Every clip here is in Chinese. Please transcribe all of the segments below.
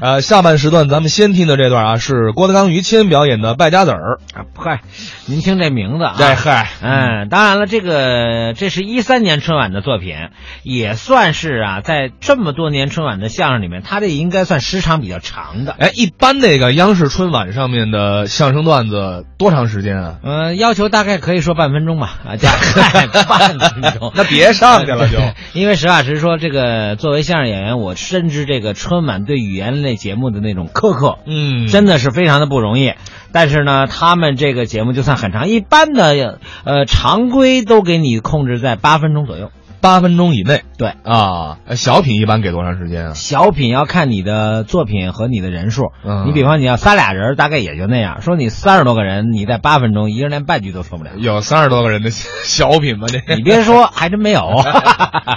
呃，下半时段咱们先听的这段啊，是郭德纲、于谦表演的《败家子儿》。啊，嗨，您听这名字啊，哎嗨，嗯，当然了，这个这是一三年春晚的作品，也算是啊，在这么多年春晚的相声里面，他这应该算时长比较长的。哎，一般那个央视春晚上面的相声段子多长时间啊？嗯、要求大概可以说半分钟吧，啊， 加嗨半分钟。哦那别上去 了就。因为实话实说，这个作为相声演员，我深知这个春晚对语言类节目的那种苛刻，嗯，真的是非常的不容易。但是呢，他们这个节目就算很长，一般的呃常规都给你控制在八分钟左右。八分钟以内对，啊。呃小品一般给多长时间啊？小品要看你的作品和你的人数。嗯你比方你要仨俩人，大概也就那样。说你三十多个人，你在八分钟，一个人连半句都说 不了。有三十多个人的小 品吗？这你别说，还真没有。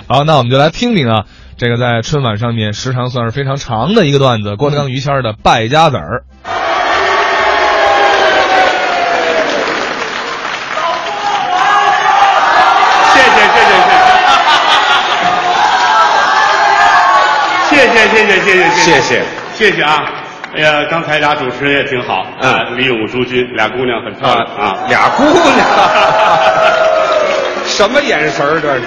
好，那我们就来听听啊，这个在春晚上面时长算是非常长的一个段子，郭德纲、于谦儿的《败家子儿》。谢谢谢谢谢谢，谢谢谢谢谢谢谢谢谢谢啊！哎呀，刚才俩主持人也挺好，嗯啊，李咏、朱军俩姑娘很漂亮啊。俩姑娘， 什么眼神儿这是？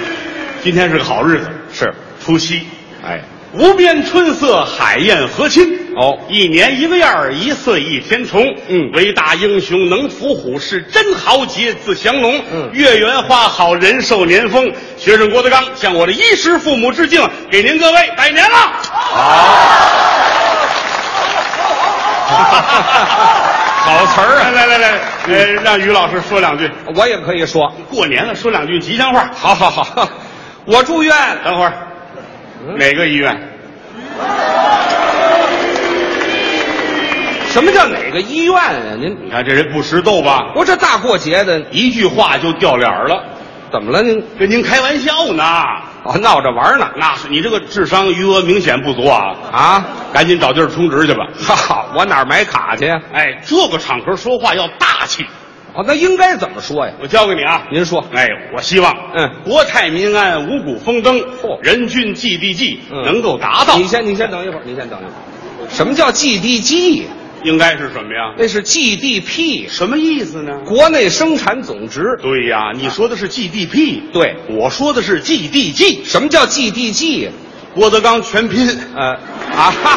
今天是个好日子，是，除夕，哎，无边春色，海燕和亲。哦一年一个样儿，一岁一天虫。嗯为大英雄能伏虎，是真豪杰自降龙。嗯月圆花好人寿年丰。学生郭德纲向我的衣食父母致敬，给您各位拜年了。 好词儿来啊！来来来，呃，让于老师说两句。我也可以说，过年了，说两句吉祥话。好好好，我住院，等会儿，嗯哪个医院？什么叫哪个医院啊？您，你看这人不识逗吧？我这大过节的，一句话就掉脸儿了，怎么了您？跟您开玩笑呢。哦，闹着玩呢那是你这个智商余额明显不足啊！啊？赶紧找地儿充值去吧。哈哈，我哪儿买卡去呀？哎，这个场合说话要大气。哦，那应该怎么说呀？我教给你啊，您说哎，我希望，嗯国泰民安，五谷丰登，嚯人均 GDP 嗯能够达到。你先，你先等一会儿，你先等一会儿。什么叫 GDP？应该是什么呀？那是 GDP，什么意思呢？国内生产总值。对呀，你说的是 GDP，对我说的是 GDG。什么叫 GDG？郭德纲全拼，呃，啊哈，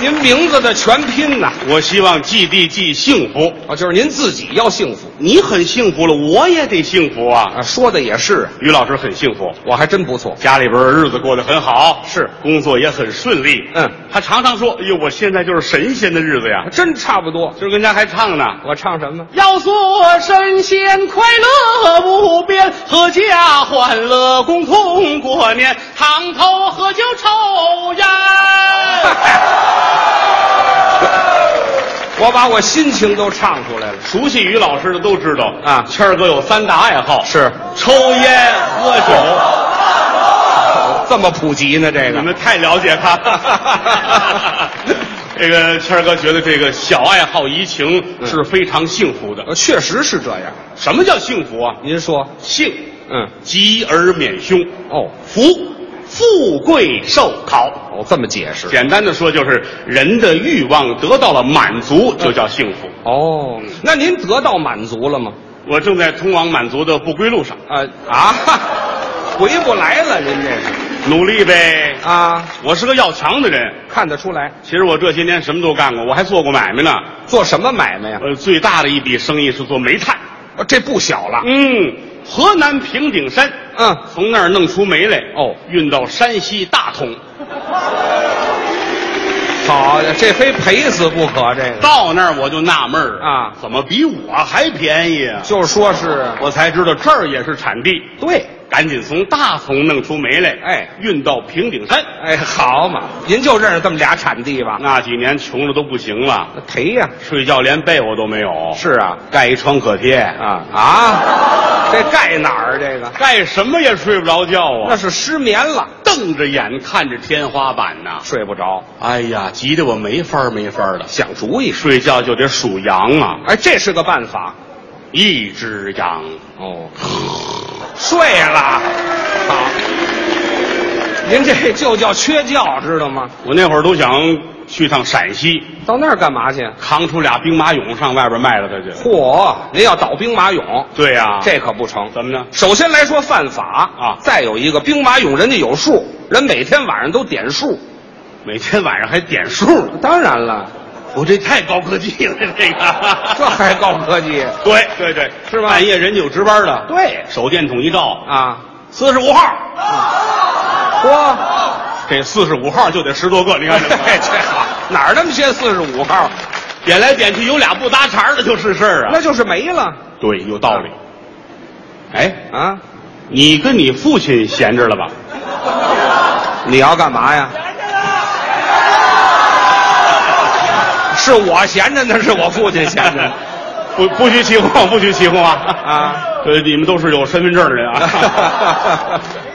您名字的全拼呐、我希望 GDG 幸福。哦，就是您自己要幸福你很幸福了，我也得幸福啊啊，。说的也是，于老师很幸福，我还真不错。家里边日子过得很好，是工作也很顺利。嗯，他常常说：“哎呦，我现在就是神仙的日子呀真差不多！”。今儿跟家还唱呢。我唱什么？要做神仙，快乐无边，阖家欢乐共同过年，堂头喝酒抽烟。我把我心情都唱出来了。 熟悉于老师的都知道啊谦儿哥有三大爱好：是抽烟、喝酒。这么普及呢？这你个们太了解他。 这个谦儿哥觉得这个小爱好怡情嗯是非常幸福的。呃确实是这样。什么叫幸福啊？您说，幸，嗯，吉而免凶；哦福，富贵寿考。哦，这么解释。简单的说，就是人的欲望得到了满足，就叫幸福。哦，那您得到满足了吗？我正在通往满足的不归路上，啊啊，哈回不来了，您这是努力呗。啊，我是个要强的人，看得出来。其实我这些年什么都干过，我还做过买卖呢。做什么买卖呀、呃，最大的一笔生意是做煤炭。哦这不小了。嗯，河南平顶山，嗯，从那儿弄出煤来，哦运到山西大同，好，这非赔死不可，这个到那儿我就纳闷儿啊怎么比我还便宜啊？就说是我才知道这儿也是产地，对，赶紧从大同弄出煤来，哎运到平顶山。哎，好嘛，您就认识这么俩产地吧？那几年穷的都不行了，那赔呀、睡觉连被窝都没有，是啊，盖一创可贴啊，啊，这盖哪儿啊这个？盖什么也睡不着觉啊。那是失眠了，瞪着眼看着天花板呐，睡不着，哎呀，急得我没法儿没法儿的，想主意。睡觉就得数羊啊，哎，这是个办法一只羊，哦，睡了，好，您这就叫缺觉，知道吗？我那会儿都想去趟陕西，到那儿干嘛去？扛出俩兵马俑上外边卖了它去。嚯，您要倒兵马俑，啊对呀、这可不成。怎么呢？首先来说犯法啊再有一个兵马俑，人家有数，人每天晚上都点数。每天晚上还点数呢，当然了，我这太高科技了，这个 这还高科技？对对对，是吧半夜人家有值班的，对手电筒一照，啊，四十五号，嚯，这四十五号就得十多个，你看这 这好，哪儿那么些四十五号？点来点去有俩不搭茬的就是事儿那啊。就是没了对，有道理。哎，啊！你跟你父亲闲着了吧？你要干嘛呀？是我闲着呢，是我父亲闲着呢。 不不许起哄，不许起哄啊！ 啊，呃，你们都是有身份证的人 啊。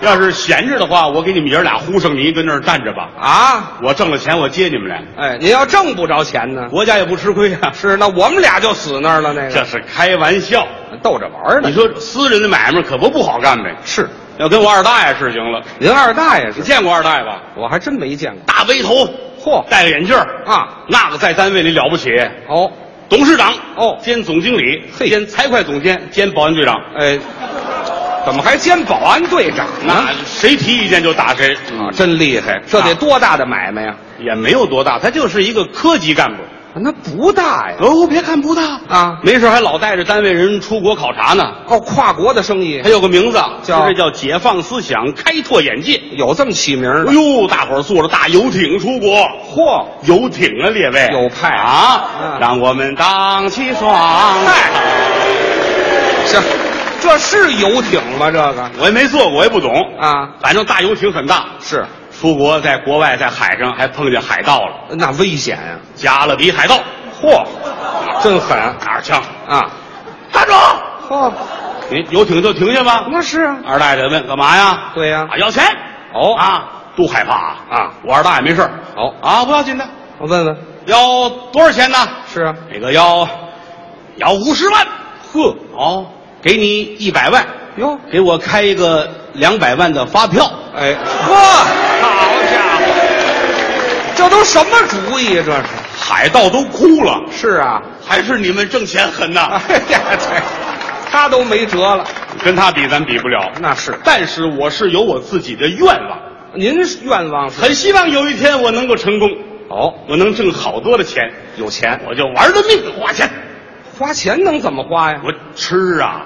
要是闲着的话，我给你们爷儿俩呼上泥，跟那儿站着吧。啊，我挣了钱，我接你们来，哎，你要挣不着钱呢，国家也不吃亏啊。是那我们俩就死那儿了，那这个是开玩笑。逗着玩儿呢。你说私人的买卖可不不好干呗？是要跟我二大爷是行了，您二大爷你是？见过二大爷吧？我还真没见过。大背头，嚯戴个眼镜儿啊，那个在单位里了不起，哦，董事长哦兼总经理，嘿兼财会总监，兼保安队长。哎，怎么还兼保安队长呢？那谁提意见就打谁，啊，真厉害！这得多大的买卖呀？也没有多大，他就是一个科级干部。啊那不大呀。哦，别看不大啊没事还老带着单位人出国考察呢。哦，跨国的生意他有个名字啊叫这叫解放思想，开拓眼界。有这么起名儿哎的？呦，大伙儿坐着大游艇出国，嚯，游艇啊，列位有派啊嗯！让我们荡起双嗨桨。行，这是游艇吗？这个我也没坐过，我也不懂啊，反正大游艇很大，是，出国在国外在海上还碰见海盗了，那危险呀、加勒比海盗，嚯，真狠拿着枪，啊！站住！嚯，你游艇就停下吧。哦那是啊，二大爷得问干嘛呀？对呀啊，要钱。哦啊，都害怕啊啊！我二大爷没事儿哦啊，不要紧的。我问问，要多少钱呢？是啊，那个要要五十万。呵，哦，给你一百万，哟，给我开一个两百万的发票。哎，呵，好家伙，这都什么主意啊？这是海盗都哭了，是啊，还是你们挣钱狠呐！哎呀，这他都没辙了，跟他比，咱比不了。那是。但是我是有我自己的愿望，您愿望是？很希望有一天我能够成功，哦，我能挣好多的钱，有钱，我就玩了命的花钱。花钱能怎么花呀？我吃啊，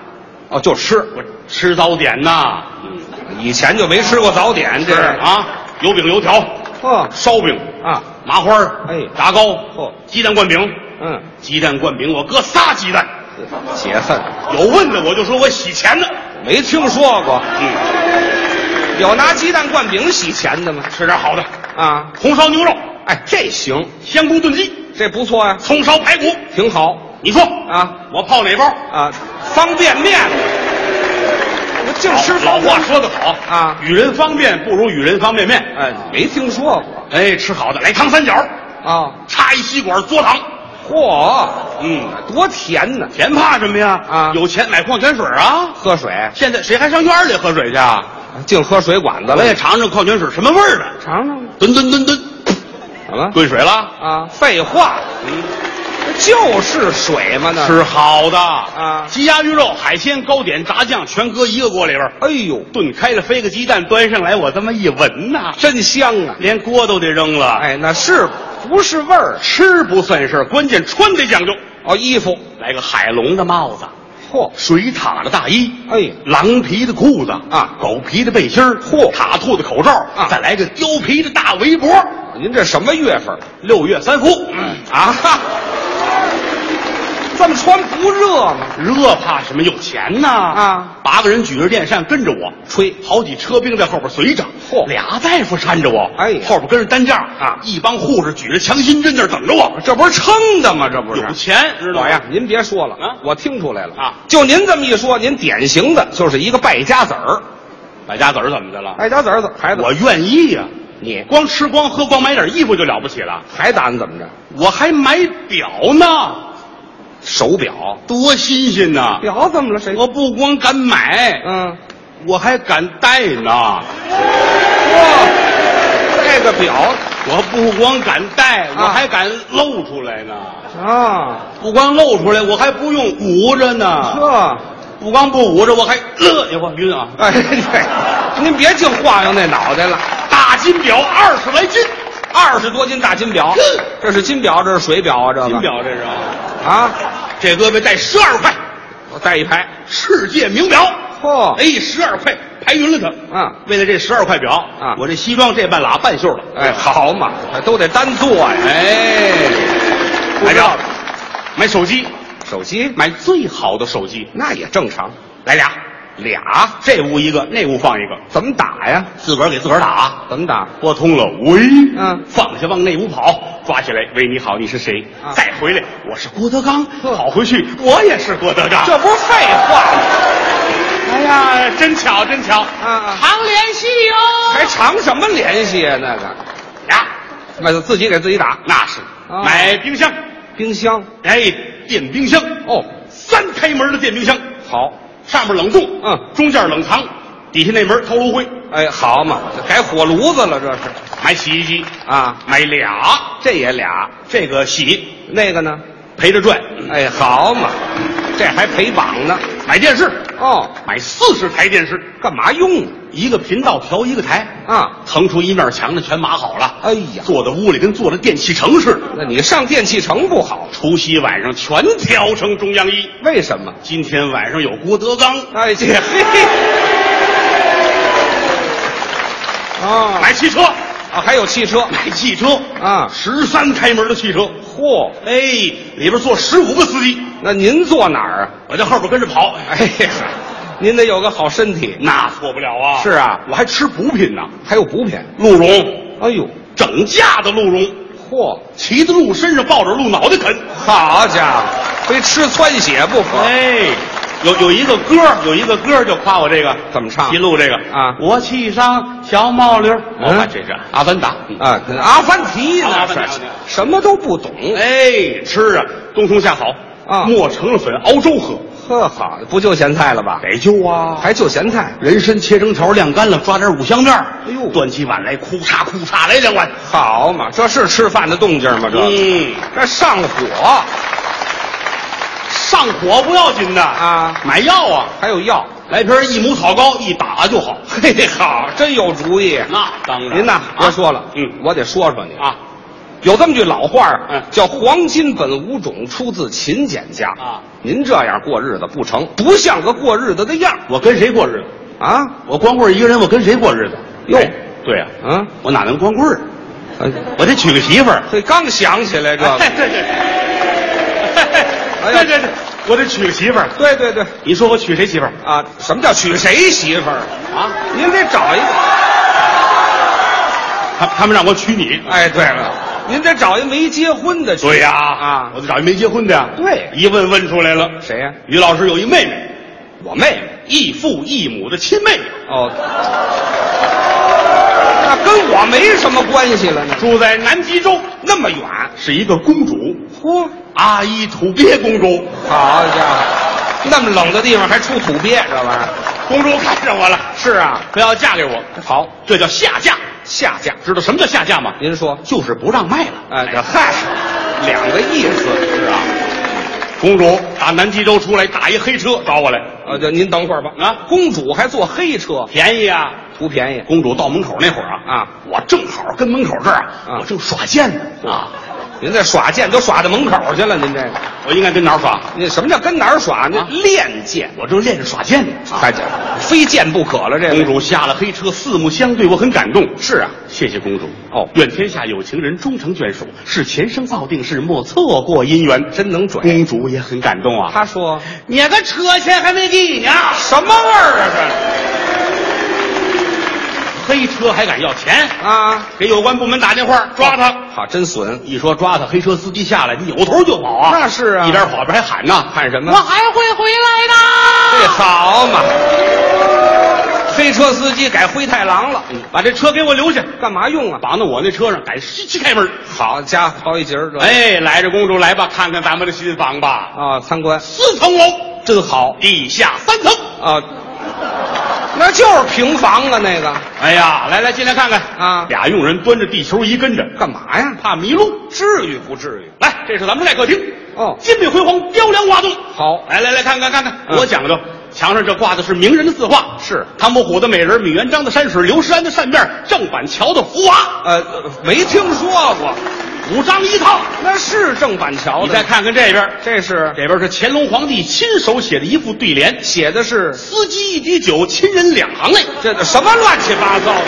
哦，就吃，我吃早点呐、嗯以前就没吃过早点，这是啊，油饼、油条、哦烧饼、啊，麻花儿哎炸糕、嚯鸡蛋灌饼。嗯，鸡蛋灌饼，我搁仨鸡蛋。解恨，有问的我就说我洗钱的，没听说过。嗯，有拿鸡蛋灌饼洗钱的吗？吃点好的，啊，红烧牛肉、哎，这行，香菇炖鸡、这不错呀、葱烧排骨。挺好你说啊，我泡哪包？啊，方便面，我净吃老方便话面说得好啊与人方便不如与人方便面。哎，没听说过哎，吃好的，来糖三角，啊，插一吸管嘬糖。嚯，嗯，多甜呢！甜怕什么呀？啊有钱买矿泉水啊！喝水，现在谁还上院里喝水去啊？净喝水管子我了，也尝尝矿泉水什么味儿的，尝尝吧，吨吨吨吨，怎么？兑水了。啊，废话，就是水嘛那。吃好的啊鸡鸭鱼肉、海鲜、糕点、炸酱，全搁一个锅里边儿，哎呦，炖开了，飞个鸡蛋端上来，我这么一闻呐、真香啊！连锅都得扔了。，哎，那是不是味儿？吃不算事儿，关键穿得讲究。哦，衣服，来个海龙的帽子，嚯，水獭的大衣，哎狼皮的裤子啊狗皮的背心儿，嚯塔兔的口罩啊再来个貂皮的大围脖，您这什么月份儿？六月三伏，嗯啊，哈，这么穿不热吗？热怕什么？有钱呐！啊，八个人举着电扇跟着我吹好几车兵在后边随着，嚯俩大夫搀着我，哎呀后边跟着担架啊一帮护士举着强心针在那儿等着我，这不是撑的吗？这不是哎有钱知道老吗爷，？您别说了啊我听出来了啊就您这么一说，您典型的就是一个败家子儿，败家子儿怎么的了？败家子儿怎孩子，我愿意呀、哎你光吃光喝光买点衣服就了不起了，还打算怎么着？我还买表呢，手表，多新鲜呐！表嗯怎么了？谁我不光敢买，嗯，我还敢戴呢。嚯，这个表我不光敢戴，我啊还敢露出来呢。啊，不光露出来，我还不用捂着呢。这，不光不捂着，我还乐一会儿晕啊！哎，这您别净晃悠那脑袋了。大金表二十来斤，二十多斤大金表，这是金表，这是水表啊，这个嗯金表这是啊，啊，这胳膊带十二块，我带一排。世界名表。嚯哎，十二块排匀了它。啊为了这十二块表啊我这西装这半拉半袖的。哎，好嘛，都得单做呀。哎，不买知道表，买手机，手机买最好的手机，那也正常，来俩，俩，这屋一个，那屋放一个，怎么打呀？自个儿给自个儿打。怎么打？拨通了，喂，嗯放下，往那屋跑，抓起来，喂，你好，你是谁？啊再回来，我是郭德纲，呵跑回去，我也是郭德纲。这不是废话吗？哎呀，真巧，真巧，啊常联系还哦。长什么联系呀？那个，俩，那就自己给自己打。那是啊买冰箱，冰箱哎，电冰箱，哦，三开门的电冰箱，好，上面冷冻，嗯中间冷藏，底下那门掏炉灰。哎，好嘛，这改火炉子了，这是买洗衣机，啊，买俩，这也俩，这个洗那个呢？陪着转，哎，好嘛，这还陪绑呢。买电视，哦，买四十台电视，干嘛用一个频道调一个台啊？腾出一面墙的全码好了。哎呀坐在屋里跟坐在电器城似的。那你上电器城不好？除夕晚上全调成中央一，为什么？今天晚上有郭德纲，哎，这嘿，啊，买汽车，啊，还有汽车，买汽车啊十三开门的汽车，嚯，哎，里边坐十五个司机，那您坐哪儿啊？我在后边跟着跑，哎呀，您得有个好身体，那错不了啊。是啊我还吃补品呢，还有补品。鹿茸，哎呦，整架的鹿茸，嚯，骑在鹿身上抱着鹿脑袋啃。好家伙，非吃穿血不可。哎，有有一个歌儿，有一个歌儿就夸我这个怎么唱一路这个啊嗯我沏上小帽驴儿，我看这是阿凡达。啊，跟阿凡提阿那凡提是什么都不懂。哎，吃啊，冬虫夏草啊磨成了粉熬粥喝，呵，好，不就咸菜了吧？得救啊！还就咸菜，人参切成条晾干了，抓点五香面儿哎呦端起碗来，哭嚓哭嚓来两碗。好嘛，这是吃饭的动静吗？这个嗯，这上火上火不要紧的啊买药啊，还有药，来瓶益母草膏一打就好。嘿 嘿，好，啊真有主意。那当然，您呐，别说了，嗯我得说说你。啊有这么句老话儿嗯叫“黄金本无种，出自勤俭家”。啊，您这样过日子不成，不像个过日子的样儿我跟谁过日子？啊！我光棍一个人，我跟谁过日子？哟哎对呀、啊，嗯，我哪能光棍儿啊？哎我得娶个媳妇儿。这刚想起来这个，哎 对对哎对，呀对对对，我得娶个媳妇儿。对对对你说我娶谁媳妇儿啊！什么叫娶谁媳妇儿？啊？您得找一个。他他们让我娶你。哎，对了，您得找一没结婚的娶。对呀啊我得找一没结婚的呀。对一问问出来了。谁呀于老师有一妹妹，我哦妹妹。异父异母的亲妹妹，哦，那跟我没什么关系了呢。住在南极洲，那么远，是一个公主，嚯，阿依土鳖公主。好家伙，那么冷的地方还出土鳖，这玩意儿公主看上我了，是啊。非要嫁给我，好，这叫下嫁。下架。知道什么叫下嫁吗？您说，就是不让卖了。哎，这嗨，两个意思。是啊，公主打南极洲出来，打一黑车找我来，呃，就您等会儿吧。啊公主还坐黑车，便宜啊！不便宜。公主到门口那会儿啊，啊，我正好跟门口这儿啊啊，我正耍剑呢啊，您这耍剑都耍到门口去了，您这个，我应该跟哪儿耍？您什么叫跟哪儿耍？那啊练剑，我正练着耍剑呢。啊大家非剑不可了。这公个主下了黑车，四目相对，我很感动。是啊，谢谢公主哦愿天下有情人终成眷属，是前生造定，是莫错过姻缘。真能转。公主也很感动啊，他说你个车钱还没给呢，什么味儿啊？黑车还敢要钱这啊，给有关部门打电话抓他。好，真损。一说抓他，黑车司机下来，扭头就跑啊！那是啊一边跑一边还喊呐，喊什么我？还会回来的。这好嘛！黑车司机改灰太狼了，把这车给我留下，干嘛用啊？绑到我那车上，赶西西开门。好家伙，包一截儿这哎，来着，公主来吧，看看咱们的新房吧，啊，参观四层楼，真好地下三层，啊！ 那就是平房啊，那个哎呀，来来，进来看看啊俩佣人端着地球仪跟着，干嘛呀？怕迷路。至于不至于？来，这是咱们待客厅，哦金碧辉煌，雕梁画栋。好来来来，看看看看，嗯多讲究。墙上这挂的是名人的字画，是唐伯虎的美人，米元璋的山水，刘诗安的扇面，郑板桥的福娃，呃，没听说过，五张一套。那是郑板桥的。你再，看看这边，这是这边是乾隆皇帝亲手写的一副对联：写的是司机一滴酒，亲人两行泪。这什么乱七八糟的？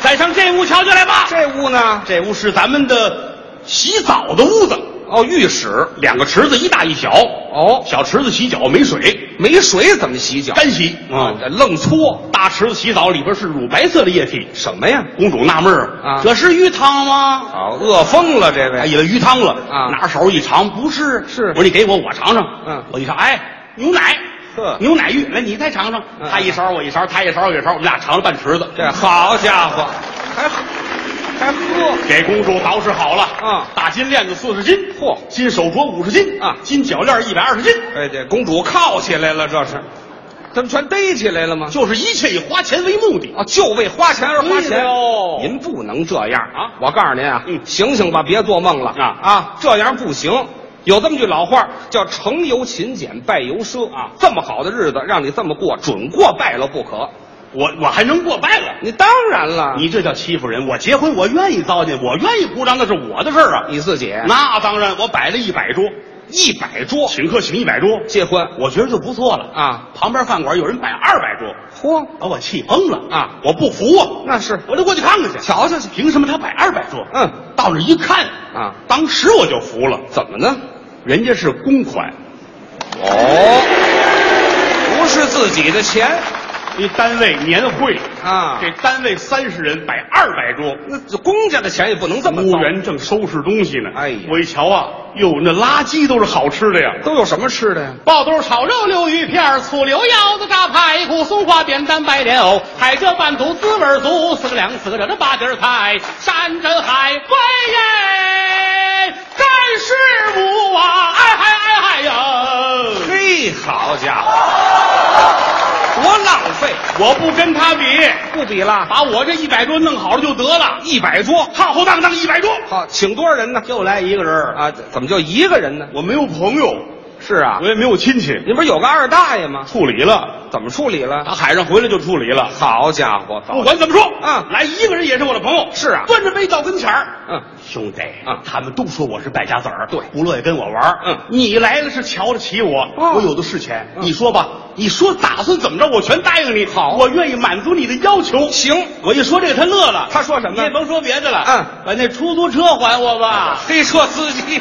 再上这屋瞧瞧来吧。这屋呢？这屋是咱们的洗澡的屋子，哦，浴室两个池子，一大一小。哦小池子洗脚没水，没水怎么洗脚？干洗啊这愣搓大池子洗澡里边是乳白色的液体。什么呀？公主纳闷儿啊这是鱼汤吗？好，饿疯了这哎，位。以为鱼汤了啊拿手一尝，不是，是我说你给我，我尝尝。嗯我一尝，哎，牛奶呵，牛奶浴，来你再尝尝。嗯啊他一勺，我一勺，他一勺，我一勺，我们俩尝了半池子。这好家伙，还还喝给公主捯饬好了，啊大金链子四十斤，嚯金手镯五十斤啊金脚链一百二十斤，哎，这公主铐起来了，这是，他们全逮起来了吗？就是一切以花钱为目的。啊，就为花钱而花哎钱呦您不能这样啊我告诉您啊，嗯醒醒吧，别做梦了啊啊，这样不行。有这么句老话叫“成由勤俭，败由奢”啊这么好的日子让你这么过，准过败了不可。我我还能过败了？你当然了，你这叫欺负人！我结婚，我愿意糟践，我愿意铺张，那是我的事儿啊。你自己那当然，我摆了一百桌，一百桌请客请一百桌，结婚，我觉得就不错了啊。旁边饭馆有人摆二百桌，嚯，把我气疯了啊！我不服啊！那是我得过去看看去。瞧瞧去凭什么他摆二百桌？嗯，到那儿一看啊，当时我就服了，怎么呢？人家是公款，哦，不是自己的钱一单位年会，啊，这单位三十人摆二百桌，那公家的钱也不能这么服务糟员正收拾东西呢。哎呀我一瞧啊，哟，那垃圾都是好吃的呀。都有什么吃的呀？爆肚、炒肉、溜鱼片儿、醋溜腰子、炸排骨、松花扁担、白莲藕、海蜇拌肚、滋味儿足，四个凉，四个热，这八碟儿菜，山珍海味耶，真是无啊！哎嗨哎嗨呀！嘿，好家伙，多浪费！我不跟他比，哦不比了，把我这一百桌弄好了就得了，一百桌。浩浩荡荡一百桌，好，请多少人呢？就来一个人儿。啊，怎么就一个人呢？我没有朋友，是啊我，也没有亲戚，您不是有个二大爷吗？处理了，怎么处理了？打海上回来就处理了。好家伙，不早管怎么说，嗯来一个人也是我的朋友。是啊端着杯到跟前儿，嗯，兄弟，嗯他们都说我是败家子儿，对不乐意跟我玩儿。嗯你来了是瞧得起我，哦我有的是钱。嗯你说吧，你说打算怎么着，我全答应你。好，我愿意满足你的要求。行，我一说这个，他乐了。他说什么你也甭说别的了，嗯把那出租车还我吧。黑车司机，